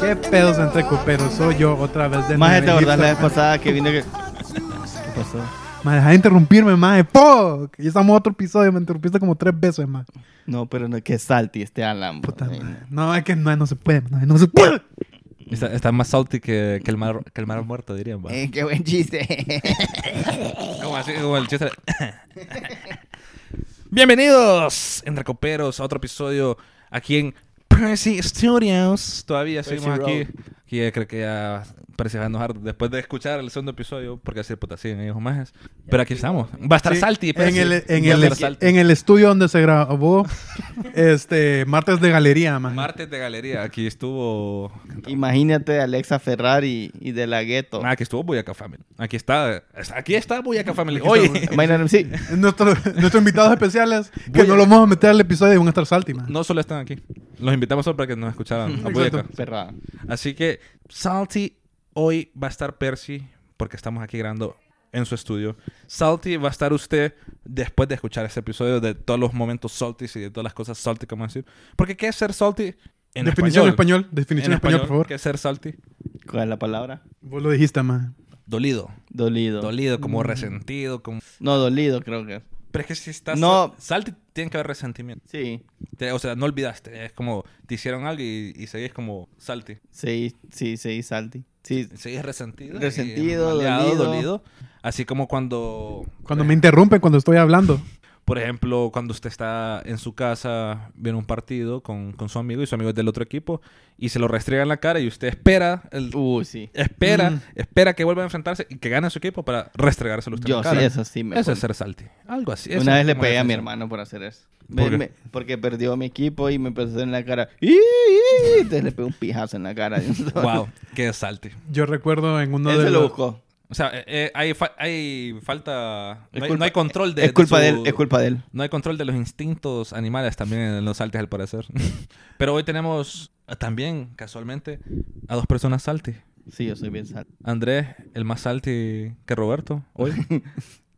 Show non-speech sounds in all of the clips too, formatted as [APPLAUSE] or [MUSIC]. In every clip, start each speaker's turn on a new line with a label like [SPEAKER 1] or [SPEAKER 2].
[SPEAKER 1] ¿Qué pedos entre cuperos? Soy yo otra vez de
[SPEAKER 2] Maje, ¿te
[SPEAKER 1] nuevo.
[SPEAKER 2] acordás la vez pasada que vine que... ¿Qué pasó?
[SPEAKER 1] Maje, deja de interrumpirme, maje. ¡Po! Ya estamos en otro episodio. Me interrumpiste como tres veces, maje.
[SPEAKER 2] No, pero no, que salte este Alan.
[SPEAKER 1] Puta,
[SPEAKER 2] Ay,
[SPEAKER 1] maje. No, es que no, no se puede, maje, no se puede.
[SPEAKER 3] Está, está más salty que, que el mar, que el mar muerto, dirían. va.
[SPEAKER 2] Eh, qué buen chiste.
[SPEAKER 3] Como así, como el chiste. [LAUGHS] Bienvenidos, entre coperos, a otro episodio aquí en Percy Studios. Todavía
[SPEAKER 2] Percy
[SPEAKER 3] seguimos
[SPEAKER 2] Road.
[SPEAKER 3] aquí. Y ya creo que ya Percy se va a enojar después de escuchar el segundo episodio, porque así puta siguen ellos más. Pero aquí estamos. Va a estar
[SPEAKER 1] Sí,
[SPEAKER 3] salty,
[SPEAKER 1] en
[SPEAKER 3] Percy.
[SPEAKER 1] el, en,
[SPEAKER 3] Va a
[SPEAKER 1] el,
[SPEAKER 3] estar salty.
[SPEAKER 1] en el estudio donde se grabó este martes de galería, maje.
[SPEAKER 3] Martes de galería, aquí estuvo.
[SPEAKER 2] Imagínate de Alexa Ferrari y de la gueto.
[SPEAKER 3] Ah, aquí estuvo Boyaca Family. Aquí está. Aquí está Boyaca Family.
[SPEAKER 1] Aquí
[SPEAKER 3] Oye.
[SPEAKER 1] está
[SPEAKER 2] Imagínate, sí.
[SPEAKER 1] Nuestro- nuestros invitados especiales que
[SPEAKER 3] Voy
[SPEAKER 1] no
[SPEAKER 3] a-
[SPEAKER 1] los vamos a meter al episodio y van a estar salty, maje.
[SPEAKER 3] No solo están aquí. Los invitamos solo para que nos escucharan. a
[SPEAKER 1] Exacto.
[SPEAKER 3] Boyaca.
[SPEAKER 2] Ferrari.
[SPEAKER 3] Así que, Salty, hoy va a estar Percy, porque estamos aquí grabando en su estudio. Salty va a estar usted después de escuchar este episodio de todos los momentos salty y de todas las cosas salty, como decir. Porque, ¿qué es ser salty? En
[SPEAKER 1] definición español. definición
[SPEAKER 3] En
[SPEAKER 1] español, por favor.
[SPEAKER 3] ¿Qué es ser salty?
[SPEAKER 2] ¿Cuál es la palabra?
[SPEAKER 1] Vos lo dijiste, maje.
[SPEAKER 3] Dolido.
[SPEAKER 2] Dolido.
[SPEAKER 3] Dolido,
[SPEAKER 1] Mm.
[SPEAKER 3] como resentido. Como...
[SPEAKER 2] no, dolido creo que.
[SPEAKER 3] Pero es que si estás.
[SPEAKER 2] No.
[SPEAKER 3] Salty tiene que haber resentimiento.
[SPEAKER 2] Sí,
[SPEAKER 3] Te- o sea, no olvidaste. Es como te hicieron algo y, y seguís como salty.
[SPEAKER 2] sí, sí, sí, salty. Sí,
[SPEAKER 3] Sigues resentido. y
[SPEAKER 2] Resentido,
[SPEAKER 3] maleado,
[SPEAKER 2] dolido.
[SPEAKER 3] dolido. Así como cuando
[SPEAKER 1] Cuando me interrumpen cuando estoy hablando.
[SPEAKER 3] Por ejemplo, cuando usted está en su casa, viene un partido con, con su amigo y su amigo es del otro equipo y se lo restriega en la cara y usted espera, el-
[SPEAKER 2] uh, sí.
[SPEAKER 3] espera,
[SPEAKER 1] Mm.
[SPEAKER 3] espera que vuelva a enfrentarse y que gane su equipo para restregárselo usted
[SPEAKER 2] Yo
[SPEAKER 3] en
[SPEAKER 2] sí,
[SPEAKER 3] la cara.
[SPEAKER 2] eso sí me
[SPEAKER 3] Eso es
[SPEAKER 2] pone.
[SPEAKER 3] ser salty. Algo así. eso
[SPEAKER 2] Una vez
[SPEAKER 3] es
[SPEAKER 2] le
[SPEAKER 3] como
[SPEAKER 2] pegué a mi
[SPEAKER 3] defensa.
[SPEAKER 2] hermano por hacer eso.
[SPEAKER 3] ¿Por
[SPEAKER 2] Me-
[SPEAKER 3] qué?
[SPEAKER 2] me- porque perdió mi equipo y me empezó a hacer en la cara. "Ih, ih", Entonces le pegó un pijazo en la cara.
[SPEAKER 3] Wow,
[SPEAKER 2] [LAUGHS]
[SPEAKER 3] qué salty.
[SPEAKER 1] Yo recuerdo en uno
[SPEAKER 2] Él
[SPEAKER 1] de
[SPEAKER 2] se lo
[SPEAKER 1] los...
[SPEAKER 2] buscó.
[SPEAKER 3] O sea, eh, eh, hay, fa- hay falta...
[SPEAKER 2] Es
[SPEAKER 3] No hay,
[SPEAKER 2] culpa-
[SPEAKER 3] no hay control de...
[SPEAKER 2] es culpa
[SPEAKER 3] su-
[SPEAKER 2] de él, es culpa de él.
[SPEAKER 3] No hay control de los instintos animales también en los saltes, al [LAUGHS] parecer. Pero hoy tenemos eh, también, casualmente, a dos personas salty.
[SPEAKER 2] Sí, yo soy bien sal.
[SPEAKER 3] Andrés, el más salty que Roberto [LAUGHS] hoy.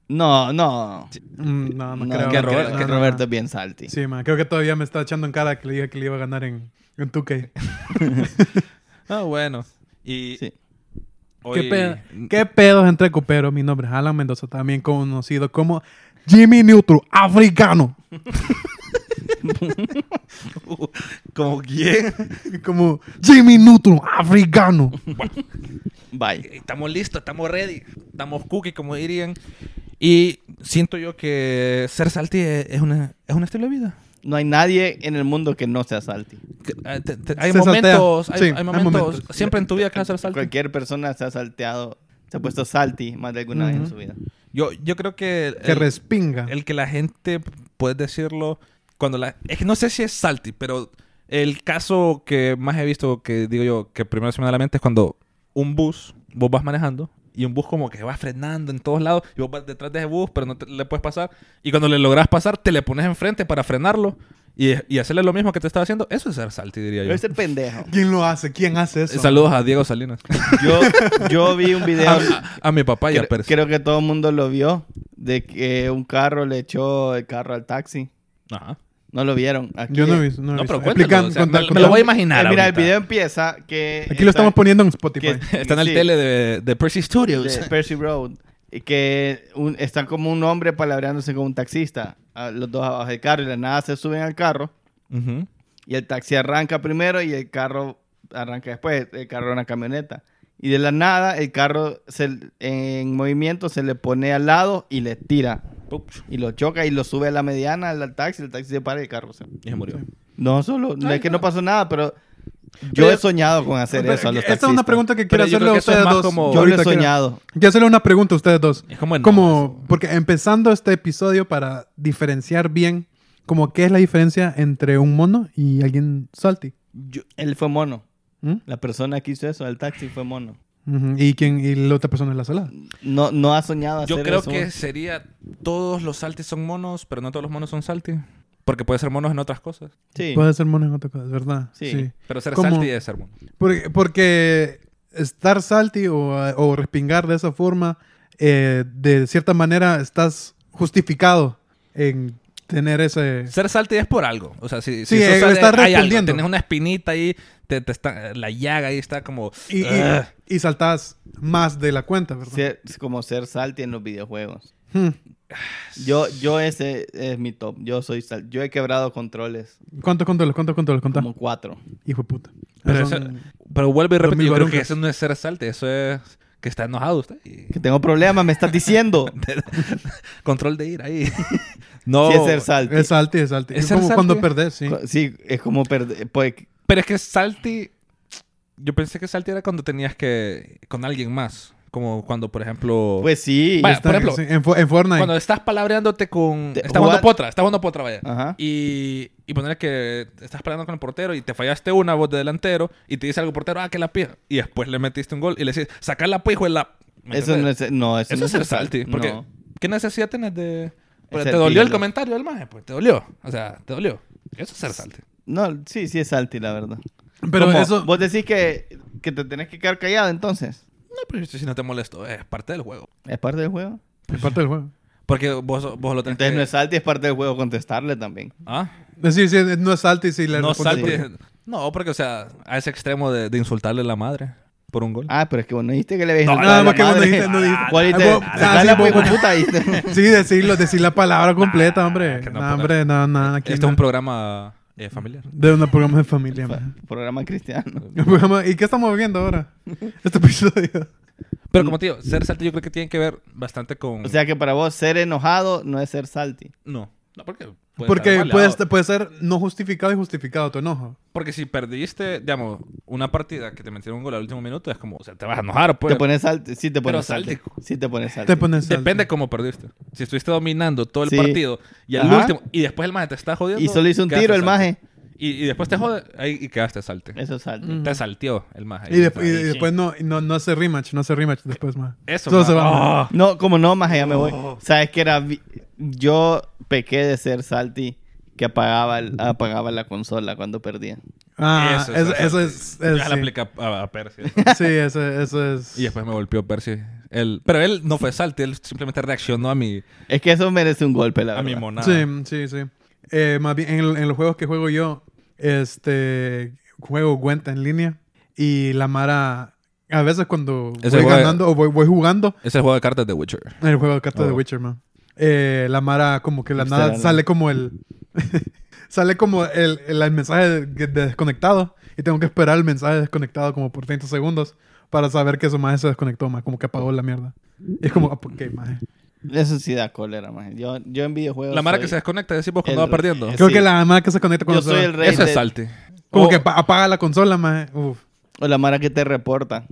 [SPEAKER 2] No, no.
[SPEAKER 1] Mm, no, no,
[SPEAKER 2] No,
[SPEAKER 1] creo.
[SPEAKER 2] que
[SPEAKER 1] no,
[SPEAKER 2] Roberto,
[SPEAKER 1] no,
[SPEAKER 2] que
[SPEAKER 1] no, no.
[SPEAKER 2] Roberto es bien salty.
[SPEAKER 1] Sí, man, creo que todavía me está echando en cara que le dije que le iba a ganar en, en 2K.
[SPEAKER 3] Ah, bueno. Y
[SPEAKER 2] Sí.
[SPEAKER 3] hoy...
[SPEAKER 1] ¿Qué, pedo- qué pedos entre cuperos? Mi nombre es Alan Mendoza, también conocido como Jimmy Neutron, africano. [LAUGHS]
[SPEAKER 3] ¿Como quién?
[SPEAKER 1] Como Jimmy Neutron, africano.
[SPEAKER 2] Bye.
[SPEAKER 3] [LAUGHS] Estamos listos, estamos ready. Estamos cookie, como dirían. Y siento yo que ser salty e, es es una, es un estilo de vida.
[SPEAKER 2] No hay nadie en el mundo que no sea salty.
[SPEAKER 3] Que, eh, te- te- hay,
[SPEAKER 1] Se saltea.
[SPEAKER 3] momentos, hay,
[SPEAKER 1] Sí,
[SPEAKER 3] hay
[SPEAKER 1] hay
[SPEAKER 3] momentos,
[SPEAKER 1] momentos.
[SPEAKER 3] Siempre en tu vida que vas a ser salty.
[SPEAKER 2] Cualquier persona se ha salteado, se ha puesto salty más de alguna vez en
[SPEAKER 1] Ujú.
[SPEAKER 2] su vida.
[SPEAKER 3] Yo, yo creo que...
[SPEAKER 1] Que
[SPEAKER 3] el-
[SPEAKER 1] respinga.
[SPEAKER 3] El que la gente, puedes decirlo, cuando la... Es que no sé si es salty, pero el caso que más he visto, que digo yo, que primero se me da a la mente es cuando un bus, vos vas manejando y un bus como que va frenando en todos lados y vos vas detrás de ese bus, pero no te- le puedes pasar. Y cuando le logras pasar, te le pones enfrente para frenarlo y, y hacerle lo mismo que te estaba haciendo. Eso es ser salty, diría yo.
[SPEAKER 2] Pero
[SPEAKER 3] Eh,
[SPEAKER 1] [LAUGHS]
[SPEAKER 2] ese pendejo.
[SPEAKER 1] ¿Quién lo hace? ¿Quién hace eso?
[SPEAKER 3] Saludos a Diego Salinas.
[SPEAKER 2] Yo, yo vi un video.
[SPEAKER 3] a,
[SPEAKER 1] Ah,
[SPEAKER 3] a- a mi papá y a
[SPEAKER 2] creo,
[SPEAKER 3] Percy.
[SPEAKER 2] creo que todo el mundo lo vio. De que un carro le echó el carro al taxi.
[SPEAKER 3] Ajá.
[SPEAKER 2] No lo vieron. Aquí-
[SPEAKER 1] Yo no he visto. No, he
[SPEAKER 3] No,
[SPEAKER 1] visto.
[SPEAKER 3] pero cuéntalo.
[SPEAKER 1] Explican-
[SPEAKER 3] o sea,
[SPEAKER 1] conta-
[SPEAKER 3] me, me lo
[SPEAKER 1] conta-
[SPEAKER 3] voy a imaginar
[SPEAKER 2] Eh, mira, el
[SPEAKER 3] ahorita.
[SPEAKER 2] video empieza que.
[SPEAKER 1] Aquí lo
[SPEAKER 2] está-
[SPEAKER 1] estamos poniendo en Spotify.
[SPEAKER 2] que-
[SPEAKER 3] [LAUGHS] Está en el
[SPEAKER 2] sí,
[SPEAKER 3] tele de, de Percy Studios.
[SPEAKER 2] de Percy Road. Y que un- está como un hombre palabreándose con un taxista. a- Los dos abajo del carro. Y de la nada se suben al carro.
[SPEAKER 3] Ujú.
[SPEAKER 2] Y el taxi arranca primero y el carro arranca después. El carro era una camioneta. Y de la nada, el carro se- en movimiento se le pone al lado y le tira.
[SPEAKER 3] Pup,
[SPEAKER 2] Y lo choca y lo sube a la mediana al al taxi. El taxi se para y el carro se...
[SPEAKER 3] Y se murió.
[SPEAKER 2] No, solo... no
[SPEAKER 3] Ay,
[SPEAKER 2] es que
[SPEAKER 3] no.
[SPEAKER 2] no pasó nada, pero...
[SPEAKER 1] Pero-
[SPEAKER 2] Yo he soñado con hacer
[SPEAKER 1] Pero
[SPEAKER 2] eso a los
[SPEAKER 1] Esta
[SPEAKER 2] taxistas.
[SPEAKER 1] es una pregunta que quiero
[SPEAKER 3] Pero yo
[SPEAKER 1] hacerle
[SPEAKER 3] creo
[SPEAKER 1] a
[SPEAKER 3] que eso es
[SPEAKER 1] ustedes
[SPEAKER 3] más
[SPEAKER 1] dos.
[SPEAKER 2] Yo
[SPEAKER 3] como-
[SPEAKER 2] lo he
[SPEAKER 1] ahorita quiero-
[SPEAKER 2] soñado.
[SPEAKER 1] Quiero hacerle una pregunta a ustedes dos.
[SPEAKER 3] Es como el
[SPEAKER 1] Como, porque empezando este episodio para diferenciar bien, como qué es la diferencia entre un mono y alguien salty.
[SPEAKER 2] Yo- él fue mono.
[SPEAKER 1] ¿Mm?
[SPEAKER 2] La persona que hizo eso, el taxi, fue mono.
[SPEAKER 1] Ujú. Y quién y la otra persona es la salada.
[SPEAKER 2] No, no ha soñado hacer
[SPEAKER 3] Yo creo
[SPEAKER 2] eso.
[SPEAKER 3] que sería todos los saltis son monos, pero no todos los monos son saltis. Porque puede ser monos en otras cosas.
[SPEAKER 2] Sí.
[SPEAKER 1] Puede ser mono en otra cosa, es verdad.
[SPEAKER 2] Sí.
[SPEAKER 3] Pero ser
[SPEAKER 1] ¿Cómo?
[SPEAKER 3] salty es ser mono.
[SPEAKER 1] Porque, porque estar salty o, o respingar de esa forma, eh, de cierta manera estás justificado en tener ese...
[SPEAKER 3] Ser salty es por algo. O sea, si, si
[SPEAKER 1] Sí,
[SPEAKER 3] sos
[SPEAKER 1] eh,
[SPEAKER 3] salty,
[SPEAKER 1] estás
[SPEAKER 3] hay algo.
[SPEAKER 1] respondiendo.
[SPEAKER 3] Tienes una espinita ahí, te, te está, la llaga ahí está como...
[SPEAKER 1] Y, y,
[SPEAKER 3] "Ugh".
[SPEAKER 1] y saltás más de la cuenta, ¿verdad?
[SPEAKER 2] Ser- como ser salty en los videojuegos.
[SPEAKER 1] Hmm.
[SPEAKER 2] Yo, yo ese es mi top. Yo soy sal Yo he quebrado controles
[SPEAKER 1] ¿Cuántos controles? ¿Cuántos controles? Contá.
[SPEAKER 2] como cuatro.
[SPEAKER 1] Hijo de puta.
[SPEAKER 3] Pero,
[SPEAKER 1] Son-
[SPEAKER 3] eso- pero vuelvo y
[SPEAKER 1] Dos
[SPEAKER 3] repito,
[SPEAKER 1] mil
[SPEAKER 3] yo creo que
[SPEAKER 1] barucas.
[SPEAKER 3] eso no es ser salty. Eso es que está enojado usted. y-
[SPEAKER 2] Que tengo problemas, me
[SPEAKER 1] [LAUGHS]
[SPEAKER 2] estás diciendo.
[SPEAKER 3] Control de ir ahí. [LAUGHS] no.
[SPEAKER 2] Sí, es ser salty.
[SPEAKER 1] Es salty, es salty.
[SPEAKER 3] Es
[SPEAKER 1] Es como
[SPEAKER 3] salty.
[SPEAKER 1] cuando perdés, sí.
[SPEAKER 2] Co- Sí, es como perder. Pues,
[SPEAKER 3] Pero es que salty. Yo pensé que salty era cuando tenías que. con alguien más. Como cuando, por ejemplo.
[SPEAKER 2] pues sí.
[SPEAKER 3] Vaya,
[SPEAKER 1] Está-
[SPEAKER 3] Ah, por ejemplo,
[SPEAKER 1] sí, en, Fo- en Fortnite.
[SPEAKER 3] cuando estás palabreándote con.
[SPEAKER 2] Te-
[SPEAKER 3] Estás
[SPEAKER 2] jugar-
[SPEAKER 3] jugando potra, estás jugando potra, vaya.
[SPEAKER 2] Ajá.
[SPEAKER 3] Y, y ponerle que estás peleando con el portero y te fallaste una voz de delantero y te dice algo portero, ah, que la pija. Y después le metiste un gol y le dices, sacar la pija, la. ¿Me
[SPEAKER 2] Eso
[SPEAKER 3] entendés?
[SPEAKER 2] no es, no, eso
[SPEAKER 3] Eso
[SPEAKER 2] no
[SPEAKER 3] es ser salty. Porque,
[SPEAKER 2] No.
[SPEAKER 3] ¿qué necesidad tienes de...? Pero
[SPEAKER 2] Es
[SPEAKER 3] te
[SPEAKER 2] ser
[SPEAKER 3] dolió el
[SPEAKER 2] píllalo.
[SPEAKER 3] comentario del maje, pues te dolió. O sea, te dolió. Eso es ser salty.
[SPEAKER 2] No, sí, sí es salty, la verdad.
[SPEAKER 1] Pero
[SPEAKER 2] ¿Cómo?
[SPEAKER 1] eso...
[SPEAKER 2] Vos decís que, que te tenés que quedar callado, entonces.
[SPEAKER 3] No, pero si si no te molesto, es parte del juego.
[SPEAKER 2] ¿Es parte del juego?
[SPEAKER 1] Es parte del juego.
[SPEAKER 3] Porque vos, vos lo tenés
[SPEAKER 2] Entonces
[SPEAKER 3] que-
[SPEAKER 2] no es salty, es parte del juego contestarle también.
[SPEAKER 3] ¿Ah?
[SPEAKER 1] Es decir, Eh, sí, no es salty si le
[SPEAKER 3] No
[SPEAKER 1] respondes
[SPEAKER 3] salty.
[SPEAKER 1] por-
[SPEAKER 3] No, porque, o sea, a ese extremo de, de insultarle la madre por un gol.
[SPEAKER 2] Ah, pero es que vos no dijiste que le habías
[SPEAKER 3] No,
[SPEAKER 2] insultado a
[SPEAKER 1] no,
[SPEAKER 2] la
[SPEAKER 1] porque vos no
[SPEAKER 2] madre.
[SPEAKER 1] dijiste- no dijiste.
[SPEAKER 2] Vos dijiste,
[SPEAKER 1] Ah, vos-
[SPEAKER 2] "Sacá
[SPEAKER 1] ah,
[SPEAKER 2] la
[SPEAKER 1] sí, vos-
[SPEAKER 2] huevo puta",
[SPEAKER 1] [LAUGHS]
[SPEAKER 2] dijiste.
[SPEAKER 1] Sí, decirlo, decir la palabra completa,
[SPEAKER 3] Nah,
[SPEAKER 1] hombre.
[SPEAKER 3] que no,
[SPEAKER 1] Nah,
[SPEAKER 3] pero-
[SPEAKER 1] hombre, no, no. Aquí
[SPEAKER 3] este es
[SPEAKER 1] no.
[SPEAKER 3] un programa eh, familiar.
[SPEAKER 1] De un programa de familia,
[SPEAKER 2] Fa-
[SPEAKER 1] man. [LAUGHS]
[SPEAKER 2] Programa cristiano.
[SPEAKER 1] Un programa- ¿Y qué estamos viendo
[SPEAKER 3] [LAUGHS]
[SPEAKER 1] ahora? Este episodio.
[SPEAKER 3] Pero como te digo, ser salty yo creo que tiene que ver bastante con...
[SPEAKER 2] O sea que para vos ser enojado no es ser salty.
[SPEAKER 3] no. No, porque... puede estar
[SPEAKER 1] Porque
[SPEAKER 3] mal,
[SPEAKER 1] puede,
[SPEAKER 3] ah,
[SPEAKER 1] est- puede ser no justificado y justificado tu enojo.
[SPEAKER 3] Porque si perdiste, digamos, una partida que te metieron un gol al último minuto, es como, o sea, te vas a enojar, pues.
[SPEAKER 2] te pones salty. Sí te
[SPEAKER 3] pero
[SPEAKER 2] pones salty.
[SPEAKER 3] salty.
[SPEAKER 2] Sí te pones salty.
[SPEAKER 1] Te pones salty.
[SPEAKER 3] Depende cómo perdiste. Si estuviste dominando todo el
[SPEAKER 2] Sí.
[SPEAKER 3] partido y al
[SPEAKER 2] Ajá.
[SPEAKER 3] último, y después el maje te está jodiendo.
[SPEAKER 2] Y solo hizo un
[SPEAKER 3] quedaste
[SPEAKER 2] tiro el
[SPEAKER 3] salte.
[SPEAKER 2] maje.
[SPEAKER 3] Y, y después te jode ahí y quedaste salte.
[SPEAKER 2] Eso es salty.
[SPEAKER 1] Mm.
[SPEAKER 3] Te salteó el maje.
[SPEAKER 1] Y, de- y- y
[SPEAKER 3] Ahí.
[SPEAKER 1] después no, no, no hace rematch, no hace rematch después, más.
[SPEAKER 3] Eso,
[SPEAKER 1] Solo
[SPEAKER 3] maje.
[SPEAKER 1] se va.
[SPEAKER 3] Oh.
[SPEAKER 2] No, como no, más allá me voy.
[SPEAKER 1] Oh.
[SPEAKER 2] Sabes que era. vi- Yo pequé de ser salty que apagaba, el- apagaba la consola cuando perdía.
[SPEAKER 1] Ah, eso,
[SPEAKER 3] ser
[SPEAKER 1] eso
[SPEAKER 3] salty.
[SPEAKER 1] es.
[SPEAKER 3] Yo
[SPEAKER 1] es-
[SPEAKER 3] ya
[SPEAKER 1] sí.
[SPEAKER 3] la aplica a, a Percy.
[SPEAKER 1] Sí, eso, eso es.
[SPEAKER 3] [LAUGHS] y después me golpeó Percy. Él, pero él no fue salte, él simplemente reaccionó a mi,
[SPEAKER 2] Es que eso merece un golpe, la
[SPEAKER 3] a mi
[SPEAKER 2] verdad.
[SPEAKER 3] monada.
[SPEAKER 1] Sí, sí, sí. Eh, más bien, en, en los juegos que juego yo, este, juego cuenta en línea y la Mara, a veces cuando
[SPEAKER 3] Ese
[SPEAKER 1] voy
[SPEAKER 3] juego de-
[SPEAKER 1] ganando o voy, voy jugando,
[SPEAKER 3] Es el juego de cartas de Witcher.
[SPEAKER 1] en el juego de cartas de
[SPEAKER 3] Oh.
[SPEAKER 1] Witcher, man, eh, la Mara como que la
[SPEAKER 2] Hipster,
[SPEAKER 1] nada
[SPEAKER 2] ¿no?
[SPEAKER 1] sale como el... [LAUGHS] sale como el, el- el mensaje de, de desconectado y tengo que esperar el mensaje desconectado como por 30 segundos para saber que eso más se desconectó, más como que apagó la mierda. Y es como, ah, ¿por qué, maje?
[SPEAKER 2] Eso sí da cólera, más. Yo, yo en videojuegos.
[SPEAKER 3] La mara
[SPEAKER 2] soy-
[SPEAKER 3] que se desconecta, decimos
[SPEAKER 2] el
[SPEAKER 3] cuando va
[SPEAKER 2] re-
[SPEAKER 3] perdiendo.
[SPEAKER 2] es-
[SPEAKER 1] Creo
[SPEAKER 2] Sí.
[SPEAKER 1] que la Mara que se conecta con
[SPEAKER 2] Yo
[SPEAKER 1] los
[SPEAKER 2] soy el rey.
[SPEAKER 3] Eso es
[SPEAKER 2] de-
[SPEAKER 3] salte.
[SPEAKER 1] Como
[SPEAKER 2] Oh.
[SPEAKER 3] O-
[SPEAKER 1] que pa- apaga la consola, más. Uf.
[SPEAKER 2] O la mara que
[SPEAKER 1] [LAUGHS]
[SPEAKER 2] te reporta.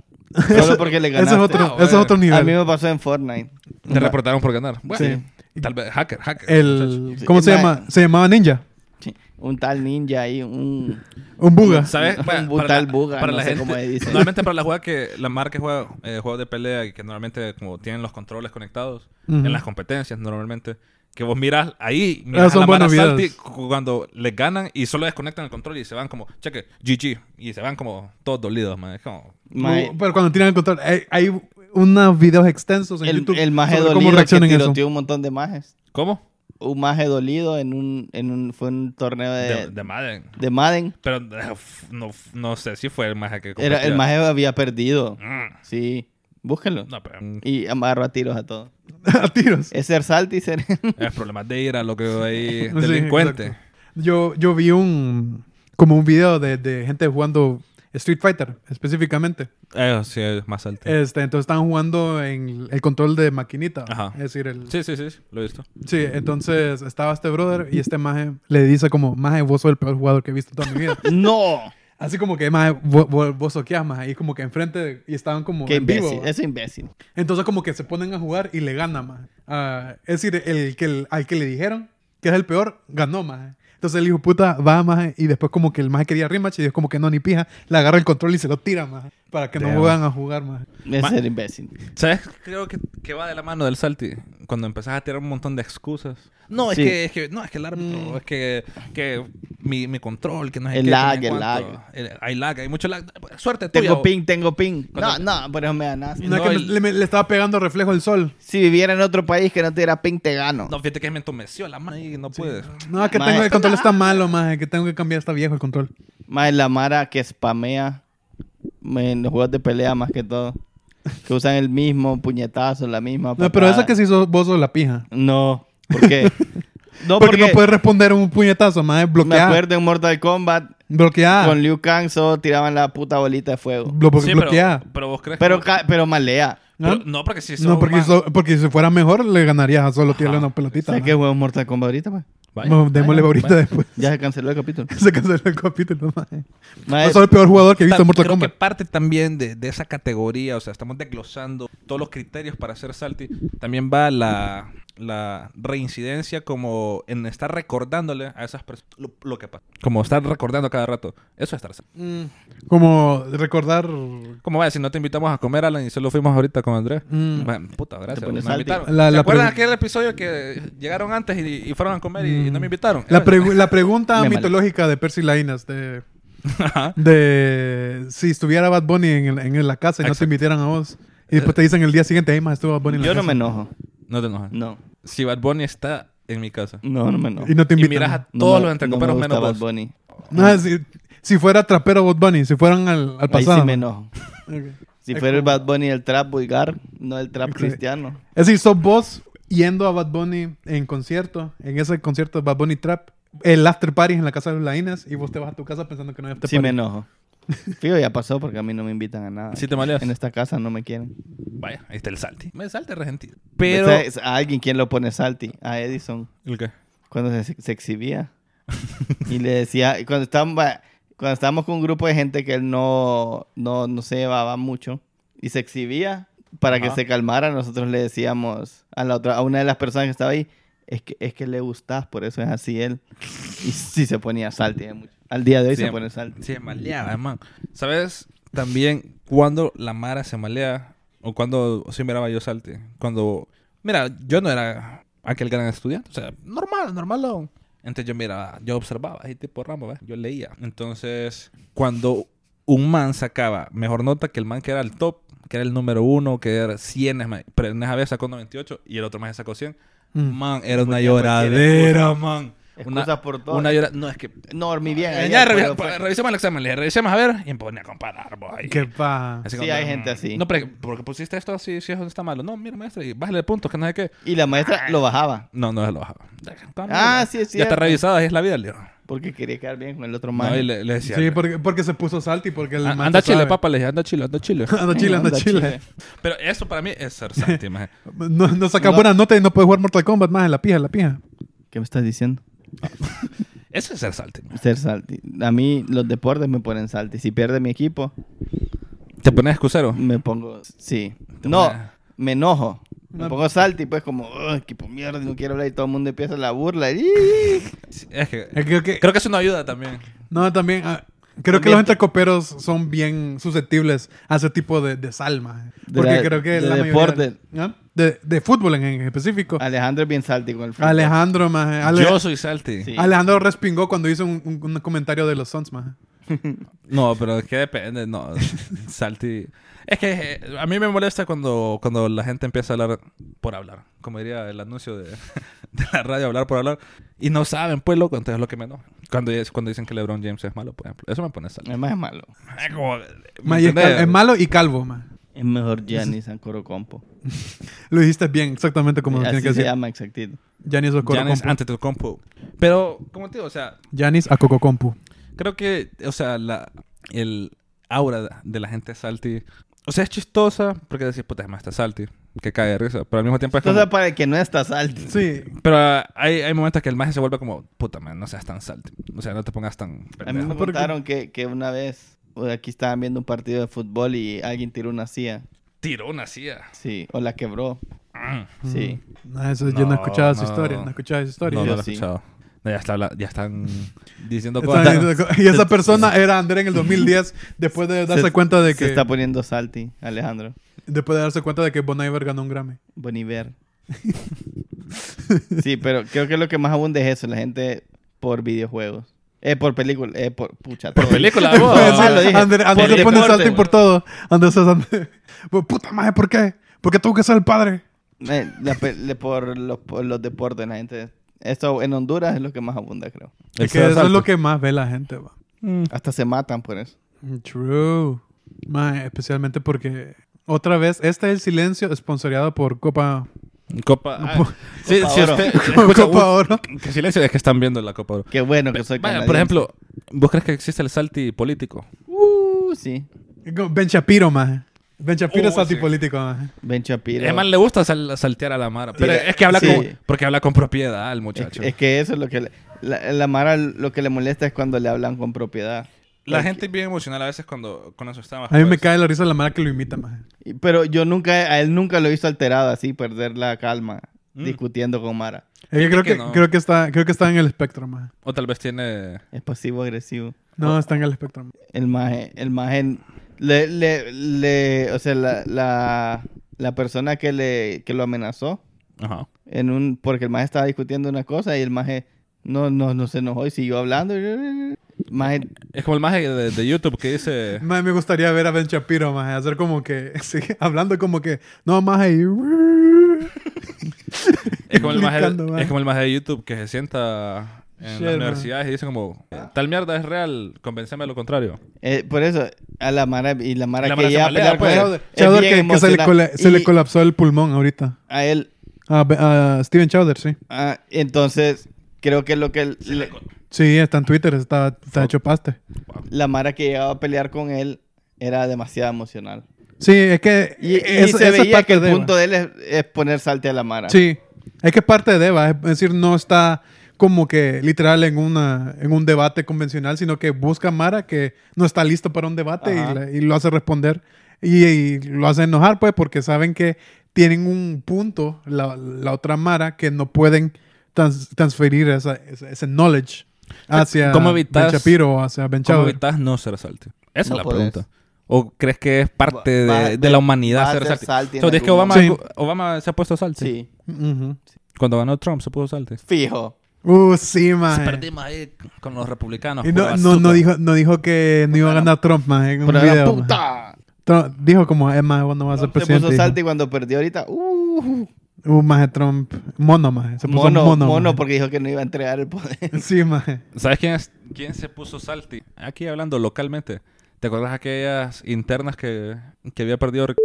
[SPEAKER 2] Solo porque le
[SPEAKER 1] Ese
[SPEAKER 2] ganaste.
[SPEAKER 1] es otro,
[SPEAKER 3] Ah,
[SPEAKER 1] ese es
[SPEAKER 3] bueno.
[SPEAKER 1] otro
[SPEAKER 2] A mí
[SPEAKER 1] nivel.
[SPEAKER 2] me pasó en Fortnite.
[SPEAKER 3] Te reportaron por ganar. Bueno,
[SPEAKER 1] Sí.
[SPEAKER 3] tal vez hacker, hacker.
[SPEAKER 1] El,
[SPEAKER 2] Sí,
[SPEAKER 1] ¿Cómo se
[SPEAKER 2] ma-
[SPEAKER 1] llama? Se llamaba Ninja.
[SPEAKER 2] Sí, Un tal ninja ahí, un...
[SPEAKER 1] Un buga.
[SPEAKER 3] ¿Sabes?
[SPEAKER 2] [LAUGHS] Un
[SPEAKER 3] Bueno,
[SPEAKER 2] brutal buga, no sé
[SPEAKER 3] gente,
[SPEAKER 2] cómo le dicen.
[SPEAKER 3] Normalmente para la jugada que la marca que juega eh, juegos de pelea y que normalmente como tienen los controles conectados
[SPEAKER 1] Ujú.
[SPEAKER 3] en las competencias normalmente que vos miras
[SPEAKER 2] Ah,
[SPEAKER 3] ahí, miras a
[SPEAKER 1] son
[SPEAKER 3] la mara
[SPEAKER 1] buenos
[SPEAKER 3] salty
[SPEAKER 1] videos.
[SPEAKER 3] cu- cuando les ganan y solo desconectan el control y se van como, cheque, GG. Y se van como todos dolidos, man. Es como...
[SPEAKER 2] ma-
[SPEAKER 1] Uh, Pero cuando tiran el control, hay, hay unos videos extensos en
[SPEAKER 2] el,
[SPEAKER 1] YouTube.
[SPEAKER 2] el maje
[SPEAKER 1] sobre
[SPEAKER 2] dolido que
[SPEAKER 1] reaccionan
[SPEAKER 2] tiroteó un montón de majes.
[SPEAKER 3] ¿Cómo?
[SPEAKER 2] Un maje dolido en un... En un fue un torneo de,
[SPEAKER 3] De,
[SPEAKER 2] de,
[SPEAKER 3] de Madden.
[SPEAKER 2] Madden.
[SPEAKER 3] Pero eh, f- no, f- no sé si fue el maje que
[SPEAKER 2] Era, el
[SPEAKER 3] competía.
[SPEAKER 2] maje había perdido.
[SPEAKER 3] Mm.
[SPEAKER 2] Sí. Búsquenlo.
[SPEAKER 3] No, pero...
[SPEAKER 2] Y amarro a tiros a todos.
[SPEAKER 1] [LAUGHS] a tiros.
[SPEAKER 2] Es ser salty y ser... [LAUGHS]
[SPEAKER 3] Es problemas de ira, lo que veo ahí.
[SPEAKER 1] Sí,
[SPEAKER 3] Delincuente.
[SPEAKER 1] exacto. Yo, yo vi un como un video de, de gente jugando Street Fighter específicamente.
[SPEAKER 3] Eh, sí, es más alto.
[SPEAKER 1] Este, entonces estaban jugando en el control de maquinita.
[SPEAKER 3] Ajá.
[SPEAKER 1] Es decir, el,
[SPEAKER 3] sí, sí, sí, sí, lo he visto.
[SPEAKER 1] Sí, entonces estaba este brother y este maje le dice como, maje, vos sos el peor jugador que he visto en toda mi
[SPEAKER 3] [LAUGHS]
[SPEAKER 1] vida.
[SPEAKER 2] ¡No!
[SPEAKER 1] Así como que, maje, vos, vos, vos soqueás, maje. Y como que enfrente de- y estaban como
[SPEAKER 2] Qué
[SPEAKER 1] en vivo.
[SPEAKER 2] imbécil.
[SPEAKER 1] ¿va?
[SPEAKER 2] Eso imbécil.
[SPEAKER 1] Entonces como que se ponen a jugar y le gana, maje. Ah, es decir, el, que el- al que le dijeron que es el peor, ganó, maje. Entonces el hijo de puta va, maje, y después como que el maje quería rematch y es como que no, ni pija, le agarra el control y se lo tira, maje. Para que
[SPEAKER 3] Damn.
[SPEAKER 1] no vuelvan a jugar más.
[SPEAKER 2] Es
[SPEAKER 3] Ma-
[SPEAKER 2] ser imbécil.
[SPEAKER 3] ¿Sabes? Creo que, que va de la mano del Salty. Cuando empezás a tirar un montón de excusas. No, es,
[SPEAKER 2] Sí.
[SPEAKER 3] que, es que no, es que el árbitro,
[SPEAKER 1] Mm.
[SPEAKER 3] es que, que mi, mi control, que no es
[SPEAKER 2] El lag, el lag.
[SPEAKER 3] Hay lag, hay mucho lag. Suerte tuya.
[SPEAKER 2] Tengo
[SPEAKER 3] o-
[SPEAKER 2] ping, tengo ping. No,
[SPEAKER 3] Cuando-
[SPEAKER 2] no, por eso me ganas.
[SPEAKER 1] No, es
[SPEAKER 3] No,
[SPEAKER 1] que me-
[SPEAKER 3] el-
[SPEAKER 1] le, me- le estaba pegando reflejo el sol.
[SPEAKER 2] Si viviera en otro país que no tuviera ping, te gano.
[SPEAKER 3] No, fíjate que me entumeció la mano y no pude.
[SPEAKER 1] No, que
[SPEAKER 2] Ma,
[SPEAKER 1] tengo, el
[SPEAKER 2] esto
[SPEAKER 1] control está malo, más que tengo que cambiar, está viejo el control.
[SPEAKER 2] Más la Mara que spamea en los juegos de pelea más que todo. Que usan el mismo puñetazo, la misma.
[SPEAKER 1] No, pero
[SPEAKER 2] patada.
[SPEAKER 1] esa que sí sos, vos sos la pija.
[SPEAKER 2] No, ¿por
[SPEAKER 1] [LAUGHS]
[SPEAKER 2] qué? No,
[SPEAKER 1] porque,
[SPEAKER 2] porque,
[SPEAKER 1] no puedes responder un puñetazo, más es
[SPEAKER 2] me
[SPEAKER 1] bloquear. Ah.
[SPEAKER 2] acuerdo en Mortal Kombat
[SPEAKER 1] Bloquear.
[SPEAKER 2] con Liu Kang solo tiraban la puta bolita de fuego.
[SPEAKER 1] Blo-
[SPEAKER 3] Sí, pero,
[SPEAKER 1] bloquear.
[SPEAKER 3] pero vos crees
[SPEAKER 2] Pero,
[SPEAKER 3] que...
[SPEAKER 2] ca- pero malea.
[SPEAKER 1] ¿no?
[SPEAKER 3] pero- no, porque si sos
[SPEAKER 1] No, porque,
[SPEAKER 3] más-
[SPEAKER 1] so- porque si fuera mejor, le ganarías a solo tirarle
[SPEAKER 3] Ajá.
[SPEAKER 1] una pelotita.
[SPEAKER 2] ¿Sabes
[SPEAKER 1] ma.
[SPEAKER 2] qué juego Mortal Kombat ahorita, pues?
[SPEAKER 3] Vaya,
[SPEAKER 1] Bueno, démosle
[SPEAKER 3] vaya,
[SPEAKER 1] ahorita
[SPEAKER 3] vaya.
[SPEAKER 1] después.
[SPEAKER 2] Ya se canceló el capítulo.
[SPEAKER 1] Se canceló el capítulo, ma.
[SPEAKER 2] Mae,
[SPEAKER 1] No soy el peor jugador que he visto
[SPEAKER 3] Ta-
[SPEAKER 1] en Mortal
[SPEAKER 3] creo
[SPEAKER 1] Kombat.
[SPEAKER 3] que parte también de, de esa categoría, o sea, estamos desglosando todos los criterios para hacer salty. También va la, la reincidencia como en estar recordándole a esas personas lo, lo que pasa. Como estar recordando a cada rato. Eso es estar salty.
[SPEAKER 2] mm.
[SPEAKER 1] Como recordar.
[SPEAKER 3] Como vaya, si no te invitamos a comer, Alan, y solo fuimos ahorita con Andrés.
[SPEAKER 1] Mm.
[SPEAKER 3] Bueno, puta,
[SPEAKER 2] Te
[SPEAKER 3] gracias.
[SPEAKER 2] pones
[SPEAKER 3] me
[SPEAKER 2] salty.
[SPEAKER 3] invitaron.
[SPEAKER 1] La-
[SPEAKER 3] ¿Se
[SPEAKER 1] la
[SPEAKER 3] acuerdan
[SPEAKER 1] pregu-
[SPEAKER 3] aquel episodio que llegaron antes y, y fueron a comer y, y no me invitaron?
[SPEAKER 1] Mm. La,
[SPEAKER 2] [LAUGHS]
[SPEAKER 1] pregu- la pregunta
[SPEAKER 2] Me mal-
[SPEAKER 1] mitológica de Percy Lainas de,
[SPEAKER 3] [LAUGHS] Ajá.
[SPEAKER 1] de si estuviera Bad Bunny en, el- en la casa y no
[SPEAKER 3] Exacto.
[SPEAKER 1] te invitaran a vos. Y después te dicen el día siguiente, ahí más estuvo Bad Bunny en la
[SPEAKER 2] Eh, yo no
[SPEAKER 1] casa".
[SPEAKER 2] me enojo.
[SPEAKER 3] No te enojes.
[SPEAKER 2] No,
[SPEAKER 3] Si Bad Bunny está en mi casa
[SPEAKER 2] no, no me enojo.
[SPEAKER 1] Y no te
[SPEAKER 3] y
[SPEAKER 1] invitan.
[SPEAKER 3] miras a
[SPEAKER 2] No
[SPEAKER 3] todos
[SPEAKER 2] me-
[SPEAKER 3] los entrecoperos
[SPEAKER 2] no me gusta
[SPEAKER 3] menos
[SPEAKER 2] Bad
[SPEAKER 3] vos.
[SPEAKER 2] Bunny.
[SPEAKER 1] Ah, si, si fuera trapero Bad Bunny, si fueran al, al
[SPEAKER 2] Ahí
[SPEAKER 1] pasado.
[SPEAKER 2] sí me enojo.
[SPEAKER 1] Ok.
[SPEAKER 2] Si
[SPEAKER 1] Es
[SPEAKER 2] fuera el
[SPEAKER 1] como-
[SPEAKER 2] Bad Bunny del trap vulgar, no el
[SPEAKER 3] [LAUGHS]
[SPEAKER 2] trap
[SPEAKER 1] Sí.
[SPEAKER 2] cristiano.
[SPEAKER 1] Es decir, sos vos yendo a Bad Bunny en concierto, en ese concierto de Bad Bunny Trap, el after party es en la casa de los Lainas y vos te vas a tu casa pensando que no hay after
[SPEAKER 2] Sí
[SPEAKER 1] party.
[SPEAKER 2] me enojo. Fijo, ya pasó porque a mí no me invitan a nada.
[SPEAKER 3] Sí te maleas.
[SPEAKER 2] En esta casa no me quieren.
[SPEAKER 3] Vaya, ahí está el salti. Me salte argentino. Pero.
[SPEAKER 2] Ese es a alguien quien lo pone salty, a Edison,
[SPEAKER 3] ¿El qué?
[SPEAKER 2] cuando se, se exhibía. y le decía, y cuando estábamos, va- cuando estábamos con un grupo de gente que él no, no, no se llevaba mucho y se exhibía para que
[SPEAKER 3] Ajá.
[SPEAKER 2] se calmara, nosotros le decíamos a la otra, a una de las personas que estaba ahí, es que, es que le gustás, por eso es así él. Y sí se ponía salty. eh, mucho. Al día de hoy
[SPEAKER 3] Sí,
[SPEAKER 2] se
[SPEAKER 3] am-
[SPEAKER 2] pone salty.
[SPEAKER 3] Sí, maleaba, Ah, man. ¿Sabes también cuando la Mara se malea? O cuando sí miraba yo salte. Cuando. Mira, yo no era aquel gran estudiante. O sea, normal, normal. no. Entonces yo miraba, yo observaba, ahí tipo ramo, ¿ves? Yo leía. Entonces, cuando un man sacaba mejor nota que el man que era el top, que era el número uno, que era 100, es más, pero en esa vez sacó 98 y el otro más sacó 100,
[SPEAKER 1] Mm.
[SPEAKER 3] man, era una
[SPEAKER 2] Ponía cualquier
[SPEAKER 3] lloradera, man. Una,
[SPEAKER 2] Excusas por todo.
[SPEAKER 3] una llora- No, es que
[SPEAKER 2] No, dormí bien.
[SPEAKER 3] eh,
[SPEAKER 2] ayer,
[SPEAKER 3] ya,
[SPEAKER 2] pero
[SPEAKER 3] revisa-
[SPEAKER 2] pues, fue-
[SPEAKER 3] pa- revisemos el examen, le revisemos a ver y me ponía a comparar, boy.
[SPEAKER 1] Qué paja.
[SPEAKER 3] Así
[SPEAKER 2] Sí,
[SPEAKER 3] como,
[SPEAKER 2] hay
[SPEAKER 3] mm,
[SPEAKER 2] gente así.
[SPEAKER 3] No, pero porque pusiste esto así, si eso está malo. No, mira, maestra, y bájale puntos, que no sé qué.
[SPEAKER 2] Y la maestra lo bajaba.
[SPEAKER 3] No, no se lo bajaba.
[SPEAKER 2] Ah, sí, es
[SPEAKER 3] Ya está
[SPEAKER 2] cierto.
[SPEAKER 3] revisado, así es la vida, le digo.
[SPEAKER 2] Porque quería quedar bien con el otro man.
[SPEAKER 3] No, y le, le decía.
[SPEAKER 1] Sí, porque, porque se puso salty, porque el
[SPEAKER 3] "Ah,
[SPEAKER 1] man
[SPEAKER 3] Anda a
[SPEAKER 1] se
[SPEAKER 3] Chile,
[SPEAKER 1] sabe.
[SPEAKER 3] papá, le dije, anda a Chile, anda a Chile.
[SPEAKER 1] [LAUGHS] Anda Chile, anda Chile.
[SPEAKER 3] pero eso para mí es ser santi, maje.
[SPEAKER 1] No, no sacas
[SPEAKER 2] No.
[SPEAKER 1] buenas notas y no puedes jugar Mortal Kombat más en la pija, en la pija.
[SPEAKER 2] ¿Qué me estás diciendo?
[SPEAKER 3] Eso es ser salty, maje.
[SPEAKER 2] Ser salty. A mí los deportes me ponen salty. Si pierde mi equipo,
[SPEAKER 3] Te pones excusero.
[SPEAKER 2] me pongo... Sí.
[SPEAKER 3] Te
[SPEAKER 2] No,
[SPEAKER 3] pones-
[SPEAKER 2] me enojo. Me
[SPEAKER 1] No.
[SPEAKER 2] pongo salty, pues como, "Ugh, equipo mierda, no quiero hablar y todo el mundo empieza la
[SPEAKER 1] [LAUGHS]
[SPEAKER 2] burla. y-
[SPEAKER 3] Sí, Es que.
[SPEAKER 1] Eh, Creo que,
[SPEAKER 3] Creo que eso no ayuda también.
[SPEAKER 1] no, también... ah, Creo que
[SPEAKER 2] También-
[SPEAKER 1] los entrecoperos son bien susceptibles a ese tipo de, de salma. eh.
[SPEAKER 2] De
[SPEAKER 1] Porque
[SPEAKER 2] la-
[SPEAKER 1] creo que
[SPEAKER 2] de
[SPEAKER 1] la
[SPEAKER 2] deporte. Ah,
[SPEAKER 1] mayoría... ¿Ah? De, de fútbol en, en específico.
[SPEAKER 2] Alejandro es bien salty con el fútbol.
[SPEAKER 1] Alejandro, más. eh,
[SPEAKER 3] Yo soy salty.
[SPEAKER 2] Sí.
[SPEAKER 1] Alejandro respingó cuando hizo un, un- un comentario de los Sons, maje.
[SPEAKER 3] No, pero es que depende, no. [LAUGHS] Salty. Es que eh, a mí me molesta cuando, cuando la gente empieza a hablar por hablar. Como diría el anuncio de, [LAUGHS] de la radio, hablar por hablar. Y no saben, pues, loco, entonces es lo que me enoja. Cuando, es- cuando dicen que LeBron James es malo, por ejemplo. Eso me pone Ah, salty.
[SPEAKER 2] Es más malo.
[SPEAKER 3] Es como- ¿me
[SPEAKER 1] Ma, y es, cal-
[SPEAKER 3] entendés?
[SPEAKER 1] es malo y calvo, maje.
[SPEAKER 2] Es mejor Giannis Ancorocompo.
[SPEAKER 1] Lo dijiste bien, exactamente como lo
[SPEAKER 2] Así
[SPEAKER 1] tiene
[SPEAKER 2] se
[SPEAKER 1] que decir.
[SPEAKER 2] llama exactito.
[SPEAKER 1] Giannis
[SPEAKER 3] Giannis
[SPEAKER 1] Ococompu.
[SPEAKER 3] ante tu compu. Pero, como te digo, o sea,
[SPEAKER 1] Giannis Ococompu.
[SPEAKER 3] Creo que, o sea, la, el aura de la gente salty. O sea, es chistosa porque decís, puta, además está salty. Que cae de risa. Pero al mismo
[SPEAKER 1] Pues
[SPEAKER 3] tiempo es como...
[SPEAKER 2] Entonces, para el que no está salty.
[SPEAKER 1] Sí.
[SPEAKER 3] Pero ah, hay, hay momentos que el maje se vuelve como, puta, man, no seas tan salty. O sea, no te pongas tan...
[SPEAKER 2] A mí
[SPEAKER 3] pendejo".
[SPEAKER 2] me
[SPEAKER 1] Porque-
[SPEAKER 2] contaron que, que una vez o aquí estaban viendo un partido de fútbol y alguien tiró una silla.
[SPEAKER 3] Tiró una silla.
[SPEAKER 2] Sí, o la quebró.
[SPEAKER 3] Mm.
[SPEAKER 2] Sí.
[SPEAKER 1] No, Ah, eso, yo no
[SPEAKER 3] No,
[SPEAKER 1] escuchaba su
[SPEAKER 3] no.
[SPEAKER 1] historia. No escuchaba su
[SPEAKER 3] No,
[SPEAKER 1] historia.
[SPEAKER 3] no
[SPEAKER 2] yo
[SPEAKER 3] lo he
[SPEAKER 2] sí.
[SPEAKER 3] escuchado. Ya, está habla- ya
[SPEAKER 1] [LAUGHS]
[SPEAKER 3] están diciendo
[SPEAKER 1] Estaba
[SPEAKER 3] cosas.
[SPEAKER 1] diciendo co- [LAUGHS] Y
[SPEAKER 2] [LAUGHS]
[SPEAKER 1] esa persona era André en el 2010, después de darse
[SPEAKER 2] Se-
[SPEAKER 1] cuenta de
[SPEAKER 2] Se
[SPEAKER 1] que
[SPEAKER 2] está poniendo salty, Alejandro.
[SPEAKER 1] después de darse cuenta de que Bon Iver ganó un
[SPEAKER 2] [LAUGHS]
[SPEAKER 1] Grammy.
[SPEAKER 3] [LAUGHS]
[SPEAKER 2] Boniver. sí, pero creo que lo que más abunda es eso, la gente por videojuegos. Eh, por película, eh, por pucha.
[SPEAKER 3] Por
[SPEAKER 2] todo.
[SPEAKER 3] [LAUGHS] película, vos.
[SPEAKER 2] Puede ser.
[SPEAKER 3] Ah, lo dije.
[SPEAKER 1] André, André
[SPEAKER 3] Por
[SPEAKER 1] le pone
[SPEAKER 3] deporte,
[SPEAKER 1] salting por
[SPEAKER 3] güey.
[SPEAKER 1] todo. Andrés es André. [LAUGHS] Pues, Puta madre, ¿por qué? ¿Por qué tengo que ser el padre?
[SPEAKER 2] Eh, la pe- le- por, los, por los deportes, la gente. Esto en Honduras es lo que más abunda, creo.
[SPEAKER 3] El
[SPEAKER 1] Es que
[SPEAKER 3] Seba
[SPEAKER 1] eso es
[SPEAKER 3] Salto.
[SPEAKER 1] lo que más ve la gente, va.
[SPEAKER 3] Mm.
[SPEAKER 2] Hasta se matan por eso.
[SPEAKER 1] True. Mae, especialmente porque otra vez, este es el silencio esponsoreado por Copa,
[SPEAKER 3] Copa. ah, sí,
[SPEAKER 2] Copa
[SPEAKER 3] si
[SPEAKER 2] Oro. [LAUGHS]
[SPEAKER 3] usted- escucha,
[SPEAKER 1] Copa
[SPEAKER 3] uh,
[SPEAKER 1] Oro.
[SPEAKER 3] qué silencio es que están viendo la Copa Oro.
[SPEAKER 2] Qué bueno que soy
[SPEAKER 3] Vaya,
[SPEAKER 2] canadiense.
[SPEAKER 3] por ejemplo, ¿vos crees que existe el salti político?
[SPEAKER 2] Uh, sí.
[SPEAKER 1] Ben Shapiro, mae. Ben Shapiro es
[SPEAKER 3] Oh, sí.
[SPEAKER 1] antipolítico, mae.
[SPEAKER 2] Ben Shapiro.
[SPEAKER 3] Además, le gusta sal- saltear a la Mara. Pero
[SPEAKER 2] Tira-
[SPEAKER 3] es que habla
[SPEAKER 2] sí.
[SPEAKER 3] con, porque habla con propiedad el
[SPEAKER 2] Es,
[SPEAKER 3] muchacho.
[SPEAKER 2] es que eso es lo que... le- la, la Mara lo que le molesta es cuando le hablan con propiedad.
[SPEAKER 3] la
[SPEAKER 2] es que-
[SPEAKER 3] gente es bien emocional a veces cuando con esos temas.
[SPEAKER 1] A mí me
[SPEAKER 3] pues.
[SPEAKER 1] cae la risa la mala que lo imita, mae.
[SPEAKER 2] Y- Pero yo nunca... A él nunca lo he visto alterado así, perder la calma
[SPEAKER 3] Mm.
[SPEAKER 2] discutiendo con Mara.
[SPEAKER 1] Es que creo
[SPEAKER 3] que
[SPEAKER 1] que,
[SPEAKER 3] no.
[SPEAKER 1] creo que está, creo que está en el espectro, mae.
[SPEAKER 3] O tal vez tiene.
[SPEAKER 2] Es pasivo-agresivo.
[SPEAKER 3] Oh.
[SPEAKER 1] No, está en el espectro. mae.
[SPEAKER 2] El maje... El maje... Le, le, le- o sea, la, la, la persona que, le, que lo amenazó
[SPEAKER 3] Ajá.
[SPEAKER 2] en un... Porque el maje estaba discutiendo una cosa y el maje... No, no, no se enojó y siguió hablando. Maje...
[SPEAKER 3] Es como el maje de, de YouTube que dice.
[SPEAKER 1] Mae, me gustaría ver a Ben Shapiro, mae, hacer como que, [LAUGHS] sí, hablando como que, no, mae, y- [LAUGHS]
[SPEAKER 3] Es como, el maje,
[SPEAKER 1] Explicando, man.
[SPEAKER 3] es como el maje de YouTube que se sienta en
[SPEAKER 1] Shit,
[SPEAKER 3] las
[SPEAKER 1] man.
[SPEAKER 3] universidades y dice como, tal mierda es real, convenceme de lo contrario.
[SPEAKER 2] Eh, por eso, a la Mara y la Mara
[SPEAKER 3] La
[SPEAKER 2] que
[SPEAKER 3] Mara se
[SPEAKER 2] ya pelea
[SPEAKER 3] malea, pues.
[SPEAKER 2] con él, es
[SPEAKER 1] Chowder
[SPEAKER 2] bien
[SPEAKER 1] que, que se, le
[SPEAKER 2] emocional.
[SPEAKER 1] cole- se le
[SPEAKER 2] Y
[SPEAKER 1] colapsó el pulmón ahorita.
[SPEAKER 2] A él,
[SPEAKER 1] A, Be- a Steven Chowder, sí.
[SPEAKER 2] ah, entonces, creo que lo que él- le-
[SPEAKER 1] Sí, está en Twitter, está, está hecho paste.
[SPEAKER 2] la Mara que llegaba a pelear con él era demasiado emocional.
[SPEAKER 1] Sí, es que.
[SPEAKER 2] Y, y
[SPEAKER 1] eso-
[SPEAKER 2] se
[SPEAKER 1] eso es
[SPEAKER 2] veía
[SPEAKER 1] parte
[SPEAKER 2] que el
[SPEAKER 1] de,
[SPEAKER 2] punto
[SPEAKER 1] va.
[SPEAKER 2] de él es, es poner salte a la Mara.
[SPEAKER 1] Sí, es que es parte de Eva. Es decir, no está como que literal en, una, en un debate convencional, sino que busca a Mara que no está listo para un debate
[SPEAKER 2] Ajá.
[SPEAKER 1] y, la- y lo hace responder. Y, y lo hace enojar, pues, porque saben que tienen un punto, la, la otra Mara, que no pueden trans- transferir esa- esa- ese knowledge hacia
[SPEAKER 3] ¿Cómo evitas-
[SPEAKER 1] Ben Shapiro o hacia Ben
[SPEAKER 3] ¿Cómo
[SPEAKER 1] Chowder.
[SPEAKER 3] evitas no ser salte? Esa
[SPEAKER 2] No
[SPEAKER 3] es la
[SPEAKER 2] podés.
[SPEAKER 3] pregunta. ¿O crees que es parte
[SPEAKER 2] Va-
[SPEAKER 3] de,
[SPEAKER 2] va-
[SPEAKER 3] de la
[SPEAKER 2] va
[SPEAKER 3] humanidad
[SPEAKER 2] a
[SPEAKER 3] ser
[SPEAKER 2] ser
[SPEAKER 3] salte?
[SPEAKER 2] salte en
[SPEAKER 3] So, ¿Es que
[SPEAKER 2] algún
[SPEAKER 3] Obama,
[SPEAKER 1] momento.
[SPEAKER 3] Obama se ha puesto salte?
[SPEAKER 2] Sí,
[SPEAKER 1] Ujú.
[SPEAKER 3] Cuando ganó Trump se puso salte.
[SPEAKER 2] fijo.
[SPEAKER 1] Uh, sí,
[SPEAKER 3] Se
[SPEAKER 1] man.
[SPEAKER 3] perdimos ahí con los republicanos.
[SPEAKER 1] Y no, no,
[SPEAKER 3] pura
[SPEAKER 1] no
[SPEAKER 3] azúcar.
[SPEAKER 1] dijo, no dijo que no iba a ganar Trump, man, en un
[SPEAKER 2] Pero era
[SPEAKER 1] video. man.
[SPEAKER 2] puta.
[SPEAKER 1] Trump dijo como, es más, vos no vas a ser
[SPEAKER 2] Se
[SPEAKER 1] presidente.
[SPEAKER 2] puso
[SPEAKER 1] dijo.
[SPEAKER 2] salte y cuando perdió ahorita, uh,
[SPEAKER 1] Uh, maje, Trump. Mono, maje. Se puso
[SPEAKER 2] mono,
[SPEAKER 1] mono,
[SPEAKER 2] mono,
[SPEAKER 1] maje.
[SPEAKER 2] porque dijo que no iba a entregar el poder.
[SPEAKER 1] [LAUGHS]
[SPEAKER 2] [LAUGHS]
[SPEAKER 1] Sí, maje.
[SPEAKER 3] ¿Sabes quién, es- quién se puso salty? Aquí hablando localmente. ¿Te acuerdas aquellas internas que, que había perdido Ric-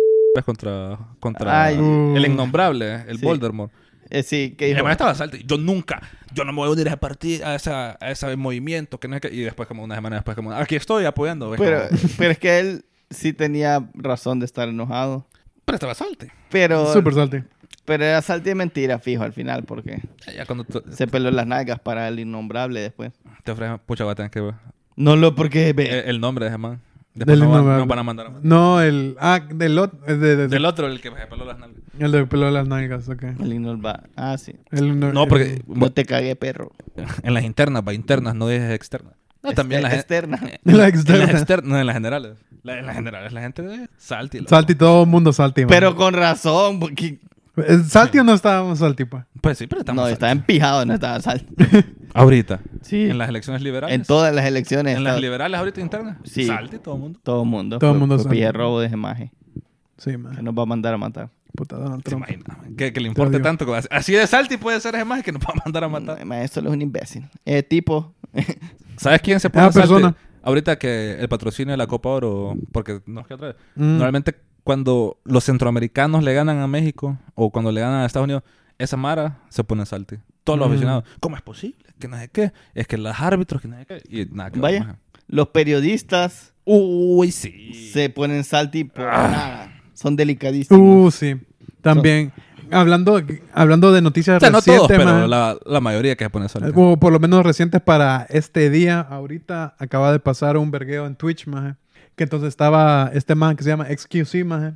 [SPEAKER 3] contra, contra
[SPEAKER 2] Ay. uh.
[SPEAKER 3] el innombrable, el
[SPEAKER 2] Sí.
[SPEAKER 3] Voldemort?
[SPEAKER 2] Eh, sí, que
[SPEAKER 3] Y
[SPEAKER 2] dijo,
[SPEAKER 3] además estaba salty. Yo nunca, yo no me voy a unir a ese partido, a, esa, a ese movimiento. Que no es que... Y después, como una semana después, como aquí estoy apoyando. Es
[SPEAKER 2] pero,
[SPEAKER 3] pues, como,
[SPEAKER 2] pero es que él sí tenía razón de estar enojado.
[SPEAKER 3] pero estaba salty.
[SPEAKER 2] Pero,
[SPEAKER 1] Súper salte.
[SPEAKER 2] pero era salte de mentira, fijo, al final, porque
[SPEAKER 3] Ya cuando te,
[SPEAKER 2] se peló las nalgas para el innombrable después.
[SPEAKER 3] te ofrecen, pucha, voy a tener que ver
[SPEAKER 2] No lo, porque... ve-
[SPEAKER 3] el, el nombre de ese man.
[SPEAKER 1] Del
[SPEAKER 3] Después nos van,
[SPEAKER 1] innombrable.
[SPEAKER 3] nos van a mandar. a-
[SPEAKER 1] No, el... Ah, del otro. De, de-
[SPEAKER 3] Del otro, el que me peló las nalgas.
[SPEAKER 1] El de pelo de las nalgas, ok.
[SPEAKER 2] El innombrable. Ah, sí.
[SPEAKER 1] El-
[SPEAKER 3] No, porque
[SPEAKER 2] No te cagué, perro.
[SPEAKER 3] En las internas, va internas, no es externas. No, también la
[SPEAKER 2] Eh,
[SPEAKER 3] eh,
[SPEAKER 2] Este-
[SPEAKER 1] [LAUGHS]
[SPEAKER 3] gente.
[SPEAKER 2] Externa.
[SPEAKER 1] En las
[SPEAKER 3] En las
[SPEAKER 1] externas.
[SPEAKER 3] externas, no, en las generales. La- en las generales, la gente de Salty. loco.
[SPEAKER 1] Salty, todo el mundo salty, maje.
[SPEAKER 2] Pero con razón, porque...
[SPEAKER 1] Eh, ¿Salty o no estábamos salty, pa?
[SPEAKER 3] Pues sí, pero estamos.
[SPEAKER 2] no,
[SPEAKER 3] salty.
[SPEAKER 2] estaba empijado, no estaba salte. [LAUGHS]
[SPEAKER 3] Ahorita.
[SPEAKER 2] Sí.
[SPEAKER 3] En las elecciones liberales.
[SPEAKER 2] En todas las elecciones.
[SPEAKER 3] En las
[SPEAKER 2] estaba-
[SPEAKER 3] liberales, ahorita internas.
[SPEAKER 2] Sí.
[SPEAKER 3] Salty, todo el mundo.
[SPEAKER 2] Todo el mundo.
[SPEAKER 1] Todo
[SPEAKER 2] fue-
[SPEAKER 1] mundo
[SPEAKER 2] fue
[SPEAKER 1] sabe.
[SPEAKER 2] pilla robo de imagen.
[SPEAKER 1] Sí,
[SPEAKER 2] Que
[SPEAKER 1] maje.
[SPEAKER 2] nos va a mandar a matar.
[SPEAKER 1] Puta Donald
[SPEAKER 3] ¿Te
[SPEAKER 1] Trump.
[SPEAKER 3] imaginas, man? Que, que le importe
[SPEAKER 1] odio.
[SPEAKER 3] tanto. como así- Así de Salty puede ser, es más, que nos va a mandar a matar.
[SPEAKER 2] Ma, Eso Mm, es un imbécil. Eh, tipo...
[SPEAKER 3] ¿Sabes quién se
[SPEAKER 1] Ah,
[SPEAKER 3] puso Salty?
[SPEAKER 1] persona.
[SPEAKER 3] Ahorita que el patrocinio de la Copa Oro. Porque no es que otra vez.
[SPEAKER 1] Mm.
[SPEAKER 3] Normalmente cuando los centroamericanos le ganan a México o cuando le ganan a Estados Unidos, esa mara se pone salte. Todos los
[SPEAKER 1] Mm.
[SPEAKER 3] aficionados. ¿Cómo es posible? Que no sé qué. Es que los árbitros, que no sé qué. Y nada, que
[SPEAKER 2] Vaya.
[SPEAKER 3] ver, maje.
[SPEAKER 2] Los periodistas
[SPEAKER 3] Uy, sí.
[SPEAKER 2] se ponen salty por
[SPEAKER 3] Ah.
[SPEAKER 2] nada. Son delicadísimos.
[SPEAKER 1] Uh, sí. También. Hablando, hablando de noticias
[SPEAKER 3] O sea, no
[SPEAKER 1] recientes,
[SPEAKER 3] todos, pero
[SPEAKER 1] maje.
[SPEAKER 3] la, la mayoría que se pone salte.
[SPEAKER 1] O Eh, por lo menos recientes para este día. Ahorita acaba de pasar un vergueo en Twitch, maje. Que entonces estaba este man que se llama XQC, maje.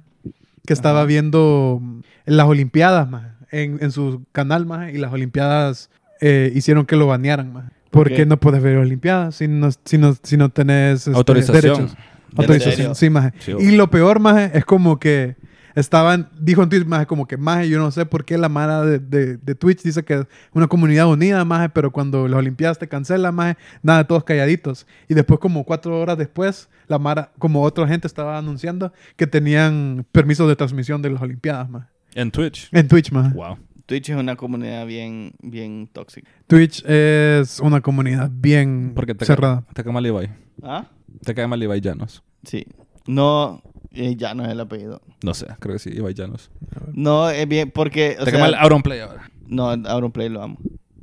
[SPEAKER 1] Que estaba viendo mm, las Olimpiadas, maje. En, en su canal, maje. Y las Olimpiadas eh, hicieron que lo banearan, más. Porque
[SPEAKER 2] qué?
[SPEAKER 1] no puedes ver Olimpiadas si no, si no, si no tenés este,
[SPEAKER 3] Autorización.
[SPEAKER 1] derechos.
[SPEAKER 2] ¿En
[SPEAKER 1] Autorización,
[SPEAKER 2] serio?
[SPEAKER 1] sí, maje.
[SPEAKER 3] Sí,
[SPEAKER 1] y lo peor, maje, es como que estaban, dijo en Twitch, maje, como que, maje, yo no sé por qué la mara de, de- de Twitch dice que es una comunidad unida, maje, pero cuando las Olimpiadas te cancelan, maje, nada, todos calladitos. Y después, como cuatro horas después, la mara, como otra gente estaba anunciando que tenían permisos de transmisión de las Olimpiadas, maje.
[SPEAKER 3] En Twitch.
[SPEAKER 1] En Twitch, maje.
[SPEAKER 3] Wow.
[SPEAKER 2] Twitch es una comunidad bien, bien tóxica.
[SPEAKER 1] Twitch es una comunidad bien
[SPEAKER 3] Porque te,
[SPEAKER 1] cerrada.
[SPEAKER 3] te cae mal Levi.
[SPEAKER 2] ¿Ah?
[SPEAKER 3] Te cae mal Levi Llanos.
[SPEAKER 2] Sí. No, eh, ya no es el apellido.
[SPEAKER 3] No sé, creo que sí, Levi Llanos.
[SPEAKER 2] No, es bien, porque. o
[SPEAKER 3] te
[SPEAKER 2] sea,
[SPEAKER 3] cae mal Auron Play ahora.
[SPEAKER 2] No, Auronplay lo amo.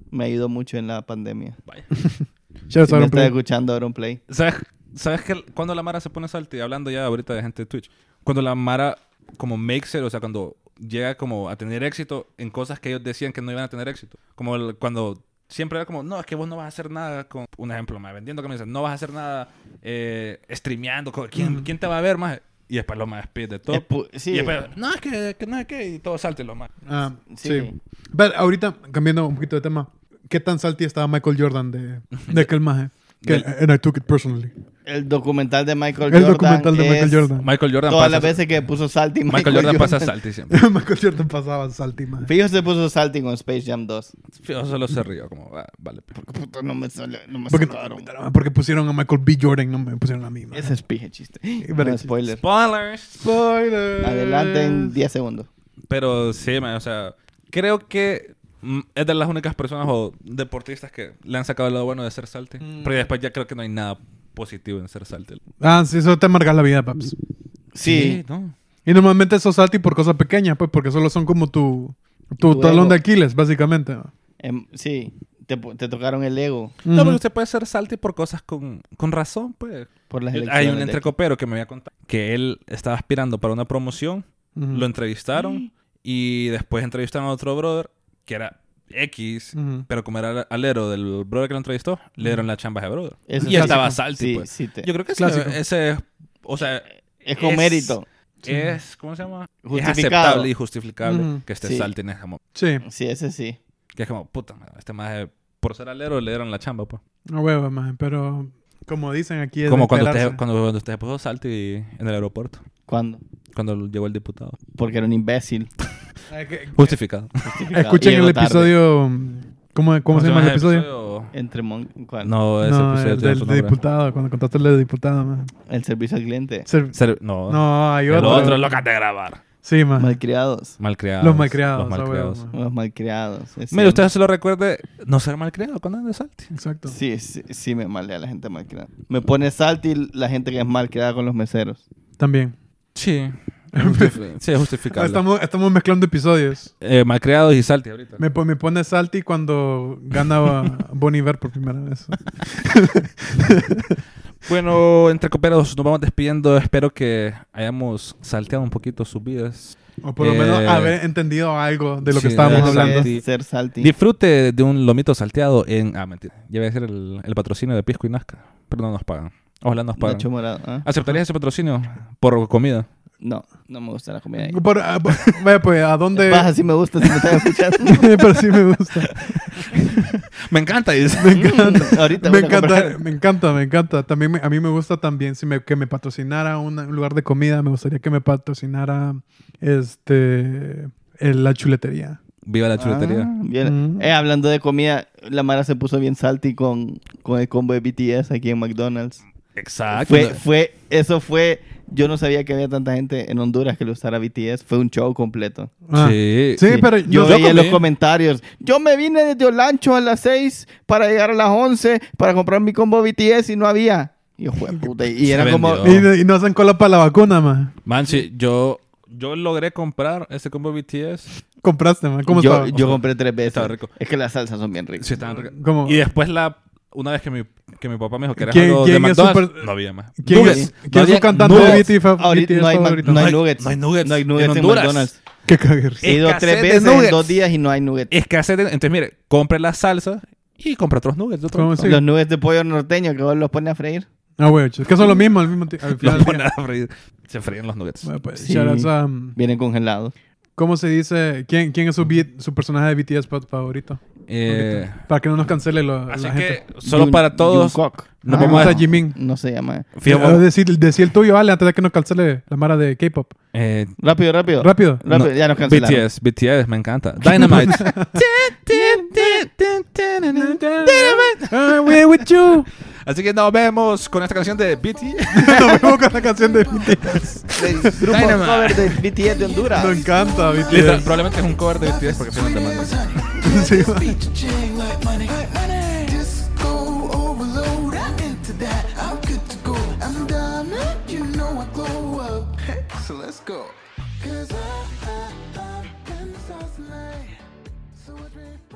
[SPEAKER 2] Me ha ido mucho en la pandemia.
[SPEAKER 3] Vaya.
[SPEAKER 1] Shout
[SPEAKER 2] Si me
[SPEAKER 1] out
[SPEAKER 2] estás
[SPEAKER 1] Auronplay.
[SPEAKER 2] escuchando Auronplay.
[SPEAKER 3] ¿Sabes, ¿Sabes que cuando la Mara se pone salty? Hablando ya ahorita de gente de Twitch. Cuando la Mara como makes it, o sea, cuando llega como a tener éxito en cosas que ellos decían que no iban a tener éxito. Como el- cuando siempre era como, no, es que vos no vas a hacer nada con... Un ejemplo, más vendiendo camisas. No vas a hacer nada eh, streameando. co- ¿Quién, ¿Quién te va a ver, más? Y después lo más despide de todo.
[SPEAKER 2] Es pu- sí.
[SPEAKER 3] Y después, no, es que, que no es que... Y todo salte lo más.
[SPEAKER 1] Ah,
[SPEAKER 2] Sí.
[SPEAKER 1] sí. Pero ahorita, cambiando un poquito de tema, ¿qué tan salty estaba Michael Jordan de, de aquel maje? Que,
[SPEAKER 3] Del-
[SPEAKER 1] and I took it personally.
[SPEAKER 2] El documental de Michael
[SPEAKER 1] El
[SPEAKER 2] Jordan.
[SPEAKER 1] documental de Michael
[SPEAKER 2] es-
[SPEAKER 1] Jordan.
[SPEAKER 3] Michael Jordan
[SPEAKER 2] Todas
[SPEAKER 3] pasa-
[SPEAKER 2] las veces que puso salting.
[SPEAKER 3] Michael, Jordan, pasa salty siempre.
[SPEAKER 1] [LAUGHS]
[SPEAKER 3] [LAUGHS]
[SPEAKER 1] Michael Jordan pasaba salty, maje.
[SPEAKER 2] Fijo se puso salting con Space Jam 2.
[SPEAKER 3] Yo solo se río, como, "Ah, vale. pues".
[SPEAKER 2] Puta, no me sale. No me
[SPEAKER 1] Porque,
[SPEAKER 2] sacaron.
[SPEAKER 1] porque pusieron a Michael B. Jordan, no me pusieron a mí, maje.
[SPEAKER 2] Ese es
[SPEAKER 1] [LAUGHS]
[SPEAKER 2] pije chiste.
[SPEAKER 1] pero-
[SPEAKER 2] No, spoiler.
[SPEAKER 3] Spoilers.
[SPEAKER 1] Spoilers.
[SPEAKER 2] Adelante en 10 segundos.
[SPEAKER 3] Pero sí, man, o sea, creo que mm, es de las únicas personas o deportistas que le han sacado el lado bueno de ser salte.
[SPEAKER 1] Mm.
[SPEAKER 3] Pero después ya creo que no hay nada positivo en ser salte.
[SPEAKER 1] Ah, sí, eso te amarga la vida, paps.
[SPEAKER 2] Sí.
[SPEAKER 3] ¿no?
[SPEAKER 1] Y normalmente sos salty por cosas pequeñas, pues, porque solo son como tu, tu
[SPEAKER 2] Tu
[SPEAKER 1] talón
[SPEAKER 2] ego.
[SPEAKER 1] de Aquiles, básicamente. ¿no?
[SPEAKER 2] em, sí. Te, pu- te tocaron el ego
[SPEAKER 3] No, pero
[SPEAKER 1] Ujú.
[SPEAKER 3] usted puede ser salte por cosas con, con razón, pues.
[SPEAKER 2] por las elecciones.
[SPEAKER 3] Hay un
[SPEAKER 2] de-
[SPEAKER 3] entrecopero que me había contado que él estaba aspirando para una promoción,
[SPEAKER 1] Ujú.
[SPEAKER 2] Mm.
[SPEAKER 3] lo entrevistaron y después entrevistaron a otro brother que era X,
[SPEAKER 2] Mm.
[SPEAKER 1] Ujú.
[SPEAKER 3] pero como era alero del brother que lo entrevistó, le dieron la chamba a ese brother.
[SPEAKER 2] Eso
[SPEAKER 3] y
[SPEAKER 2] sí.
[SPEAKER 3] estaba salty,
[SPEAKER 2] Sí,
[SPEAKER 3] pues.
[SPEAKER 2] sí te-
[SPEAKER 3] Yo creo que sí,
[SPEAKER 1] Clásico.
[SPEAKER 3] ese es, o sea,
[SPEAKER 2] es con
[SPEAKER 3] es-
[SPEAKER 2] mérito.
[SPEAKER 1] Sí.
[SPEAKER 3] es, ¿cómo se llama? Es
[SPEAKER 2] Justificado.
[SPEAKER 3] aceptable y justificable
[SPEAKER 1] Ujú.
[SPEAKER 3] que este
[SPEAKER 2] Sí.
[SPEAKER 3] salte en ese mo-
[SPEAKER 1] Sí,
[SPEAKER 2] Sí, ese sí.
[SPEAKER 3] Que es como, puta, madre, este más por ser alero le dieron la chamba, pues.
[SPEAKER 1] no huevo, maje, pero como dicen aquí es
[SPEAKER 3] Como
[SPEAKER 1] de
[SPEAKER 3] cuando usted,
[SPEAKER 1] pelarse.
[SPEAKER 3] cuando, cuando usted se puso salte y- en el aeropuerto,
[SPEAKER 2] ¿Cuándo?
[SPEAKER 3] cuando llegó el diputado.
[SPEAKER 1] Eh,
[SPEAKER 2] Porque era un imbécil.
[SPEAKER 1] Ah, que-
[SPEAKER 3] Justificado.
[SPEAKER 1] Escuchen
[SPEAKER 2] Y
[SPEAKER 1] el
[SPEAKER 2] llegó tarde.
[SPEAKER 1] episodio. ¿Cómo, cómo se llama el episodio?
[SPEAKER 2] Entre Mon... ¿cuál?
[SPEAKER 3] No, ese
[SPEAKER 1] No,
[SPEAKER 3] episodio
[SPEAKER 1] el
[SPEAKER 3] tiene
[SPEAKER 1] del
[SPEAKER 3] su nombre.
[SPEAKER 1] diputado, cuando contaste el del diputado. man.
[SPEAKER 2] El servicio al cliente.
[SPEAKER 1] Ser-
[SPEAKER 3] Ser- no,
[SPEAKER 1] No, hay
[SPEAKER 3] el
[SPEAKER 1] otro.
[SPEAKER 3] otro, lo que te grabar.
[SPEAKER 1] Sí, man.
[SPEAKER 2] Malcriados.
[SPEAKER 3] Malcriados.
[SPEAKER 1] Los malcriados,
[SPEAKER 3] Los
[SPEAKER 1] ah,
[SPEAKER 3] malcriados.
[SPEAKER 1] huevo, man.
[SPEAKER 2] Los malcriados. es
[SPEAKER 3] Mira,
[SPEAKER 2] cierto.
[SPEAKER 3] usted se lo recuerde no ser malcriado cuando ande salte.
[SPEAKER 1] Exacto.
[SPEAKER 2] Sí, sí, sí me malea la gente malcriada. Me pone salty la gente que es malcriada con los meseros.
[SPEAKER 1] También.
[SPEAKER 3] Sí. es justifi- sí, es
[SPEAKER 1] [LAUGHS]
[SPEAKER 3] justificable.
[SPEAKER 1] Estamos, estamos mezclando episodios.
[SPEAKER 3] Eh, malcriados y salte ahorita.
[SPEAKER 1] Me, po- me pone Salty cuando
[SPEAKER 3] [LAUGHS]
[SPEAKER 1] ganaba Bonnie Ver por primera vez.
[SPEAKER 3] Bueno, entre coperos, nos vamos despidiendo. Espero que hayamos salteado un poquito sus vidas.
[SPEAKER 1] O por lo menos
[SPEAKER 3] Eh,
[SPEAKER 1] haber entendido algo de lo que
[SPEAKER 3] sí,
[SPEAKER 1] estábamos
[SPEAKER 2] Eso
[SPEAKER 3] exacto.
[SPEAKER 1] hablando.
[SPEAKER 2] es ser salty.
[SPEAKER 3] Disfrute de un lomito salteado en. Ah, mentira. Ya voy a decir el, el patrocinio de Pisco y Nazca. Pero no nos pagan. Ojalá nos paguen.
[SPEAKER 2] Nacho Morado. ¿ah?
[SPEAKER 3] ¿Aceptarías ese patrocinio por comida?
[SPEAKER 2] No, no me gusta la comida. ahí.
[SPEAKER 1] Por- ah, por- vaya, pues, ¿a dónde? [LAUGHS]
[SPEAKER 2] Baja si me gusta, si me estás escuchando.
[SPEAKER 1] Pero sí me gusta.
[SPEAKER 3] Me encanta. dice.
[SPEAKER 1] Me encanta.
[SPEAKER 2] Mm, Ahorita
[SPEAKER 1] me
[SPEAKER 2] voy a
[SPEAKER 1] encanta,
[SPEAKER 2] comprar.
[SPEAKER 1] me encanta, me encanta. También me- a mí me gusta también si me, que me patrocinara una- un lugar de comida, me gustaría que me patrocinara este el- la chuletería.
[SPEAKER 3] [LAUGHS] Viva la chuletería.
[SPEAKER 2] Ah, bien.
[SPEAKER 1] Mm.
[SPEAKER 2] Eh, hablando de comida, la Mara se puso bien salty con, con el combo de BTS aquí en McDonald's.
[SPEAKER 3] Exacto.
[SPEAKER 2] Fue, fue, eso fue, yo no sabía que había tanta gente en Honduras que le usara BTS. Fue un show completo.
[SPEAKER 1] Ah.
[SPEAKER 3] Sí.
[SPEAKER 1] Sí,
[SPEAKER 2] Sí,
[SPEAKER 1] pero
[SPEAKER 2] yo,
[SPEAKER 1] yo-
[SPEAKER 2] veía
[SPEAKER 3] yo
[SPEAKER 2] los
[SPEAKER 3] comí.
[SPEAKER 2] comentarios. Yo me vine desde Olancho a las 6 para llegar a las 11 para comprar mi combo BTS y no había. Y yo,
[SPEAKER 3] [LAUGHS]
[SPEAKER 2] "Jue puta", Y
[SPEAKER 3] Se
[SPEAKER 2] era como.
[SPEAKER 3] vendió.
[SPEAKER 1] Y, no- y no hacen cola para la vacuna, más.
[SPEAKER 3] Man, sí, yo, yo logré comprar ese combo BTS.
[SPEAKER 1] Compraste, man. ¿Cómo
[SPEAKER 2] yo,
[SPEAKER 1] estaba?
[SPEAKER 2] yo compré tres veces.
[SPEAKER 3] Estaba rico.
[SPEAKER 2] Es que las salsas son bien ricas.
[SPEAKER 3] Sí, estaban ricas.
[SPEAKER 1] ¿Cómo?
[SPEAKER 3] Y después la... Una vez que mi, que mi papá me dijo que era
[SPEAKER 1] ¿Quién-
[SPEAKER 3] algo de
[SPEAKER 1] quién es
[SPEAKER 3] McDonald's,
[SPEAKER 1] super-
[SPEAKER 3] no había más.
[SPEAKER 1] ¿Quién
[SPEAKER 3] Nuggets.
[SPEAKER 1] es, quién es
[SPEAKER 3] había
[SPEAKER 1] un cantante
[SPEAKER 3] nuggets.
[SPEAKER 1] de BTS, fa-
[SPEAKER 2] Ahorita
[SPEAKER 1] BTS
[SPEAKER 2] no hay, ma-
[SPEAKER 1] favorito?
[SPEAKER 2] no hay
[SPEAKER 3] No hay-
[SPEAKER 2] nuggets.
[SPEAKER 3] no hay nuggets.
[SPEAKER 2] No hay
[SPEAKER 3] En
[SPEAKER 2] nuggets en,
[SPEAKER 3] Honduras.
[SPEAKER 2] McDonald's.
[SPEAKER 1] Qué cagues.
[SPEAKER 2] He ido
[SPEAKER 3] Escasez
[SPEAKER 2] tres
[SPEAKER 3] de
[SPEAKER 2] veces en
[SPEAKER 3] nuggets. Eh,
[SPEAKER 2] dos días y no hay nuggets.
[SPEAKER 3] Escasez de- Entonces, mire, compre la salsa y compra otros nuggets. de otro- [LAUGHS]
[SPEAKER 1] ¿Cómo se- Sí.
[SPEAKER 2] Los nuggets de pollo norteño que vos los pones a freír.
[SPEAKER 1] Ah, güey, es que son lo mismo al mismo tiempo. Al final del
[SPEAKER 3] Los pone
[SPEAKER 1] día.
[SPEAKER 3] a freír. Se fríen los nuggets.
[SPEAKER 1] Bueno, pues,
[SPEAKER 2] Sí.
[SPEAKER 1] shoutouts a, um,
[SPEAKER 2] Vienen congelados.
[SPEAKER 1] ¿Cómo se dice? ¿Quién, quién es su, beat- su personaje de BTS fa- favorito?
[SPEAKER 3] Eh,
[SPEAKER 1] Para que no nos cancele lo,
[SPEAKER 3] así
[SPEAKER 1] la
[SPEAKER 3] que,
[SPEAKER 1] gente.
[SPEAKER 3] solo
[SPEAKER 2] Jun-
[SPEAKER 3] para todos,
[SPEAKER 2] Jungkook.
[SPEAKER 3] nos
[SPEAKER 1] Ah, o
[SPEAKER 3] vamos a...
[SPEAKER 1] sea, Jimin.
[SPEAKER 2] No se llama. eh.
[SPEAKER 3] fijo,
[SPEAKER 1] Ah, Decí decí el tuyo, Ale, antes de que nos cancele la mara de K-pop.
[SPEAKER 3] eh,
[SPEAKER 2] Rápido, rápido.
[SPEAKER 1] Rápido.
[SPEAKER 3] no,
[SPEAKER 2] Rápido, ya nos cancelaron.
[SPEAKER 3] BTS, BTS,
[SPEAKER 1] [LAUGHS]
[SPEAKER 3] me encanta. Dynamite.
[SPEAKER 1] Ah, we're with you.
[SPEAKER 3] Así que nos vemos con esta canción de BTS.
[SPEAKER 1] [LAUGHS] Nos vemos con la canción de BTS.
[SPEAKER 2] Del Grupo
[SPEAKER 3] Dynamite.
[SPEAKER 2] cover de BTS de Honduras.
[SPEAKER 1] Nos encanta BTS.
[SPEAKER 3] Literal, Probablemente es un cover de BTS porque son de mando.
[SPEAKER 1] Sí, va.
[SPEAKER 4] [LAUGHS] So let's go. Cause I, I, I've been so sly. So what we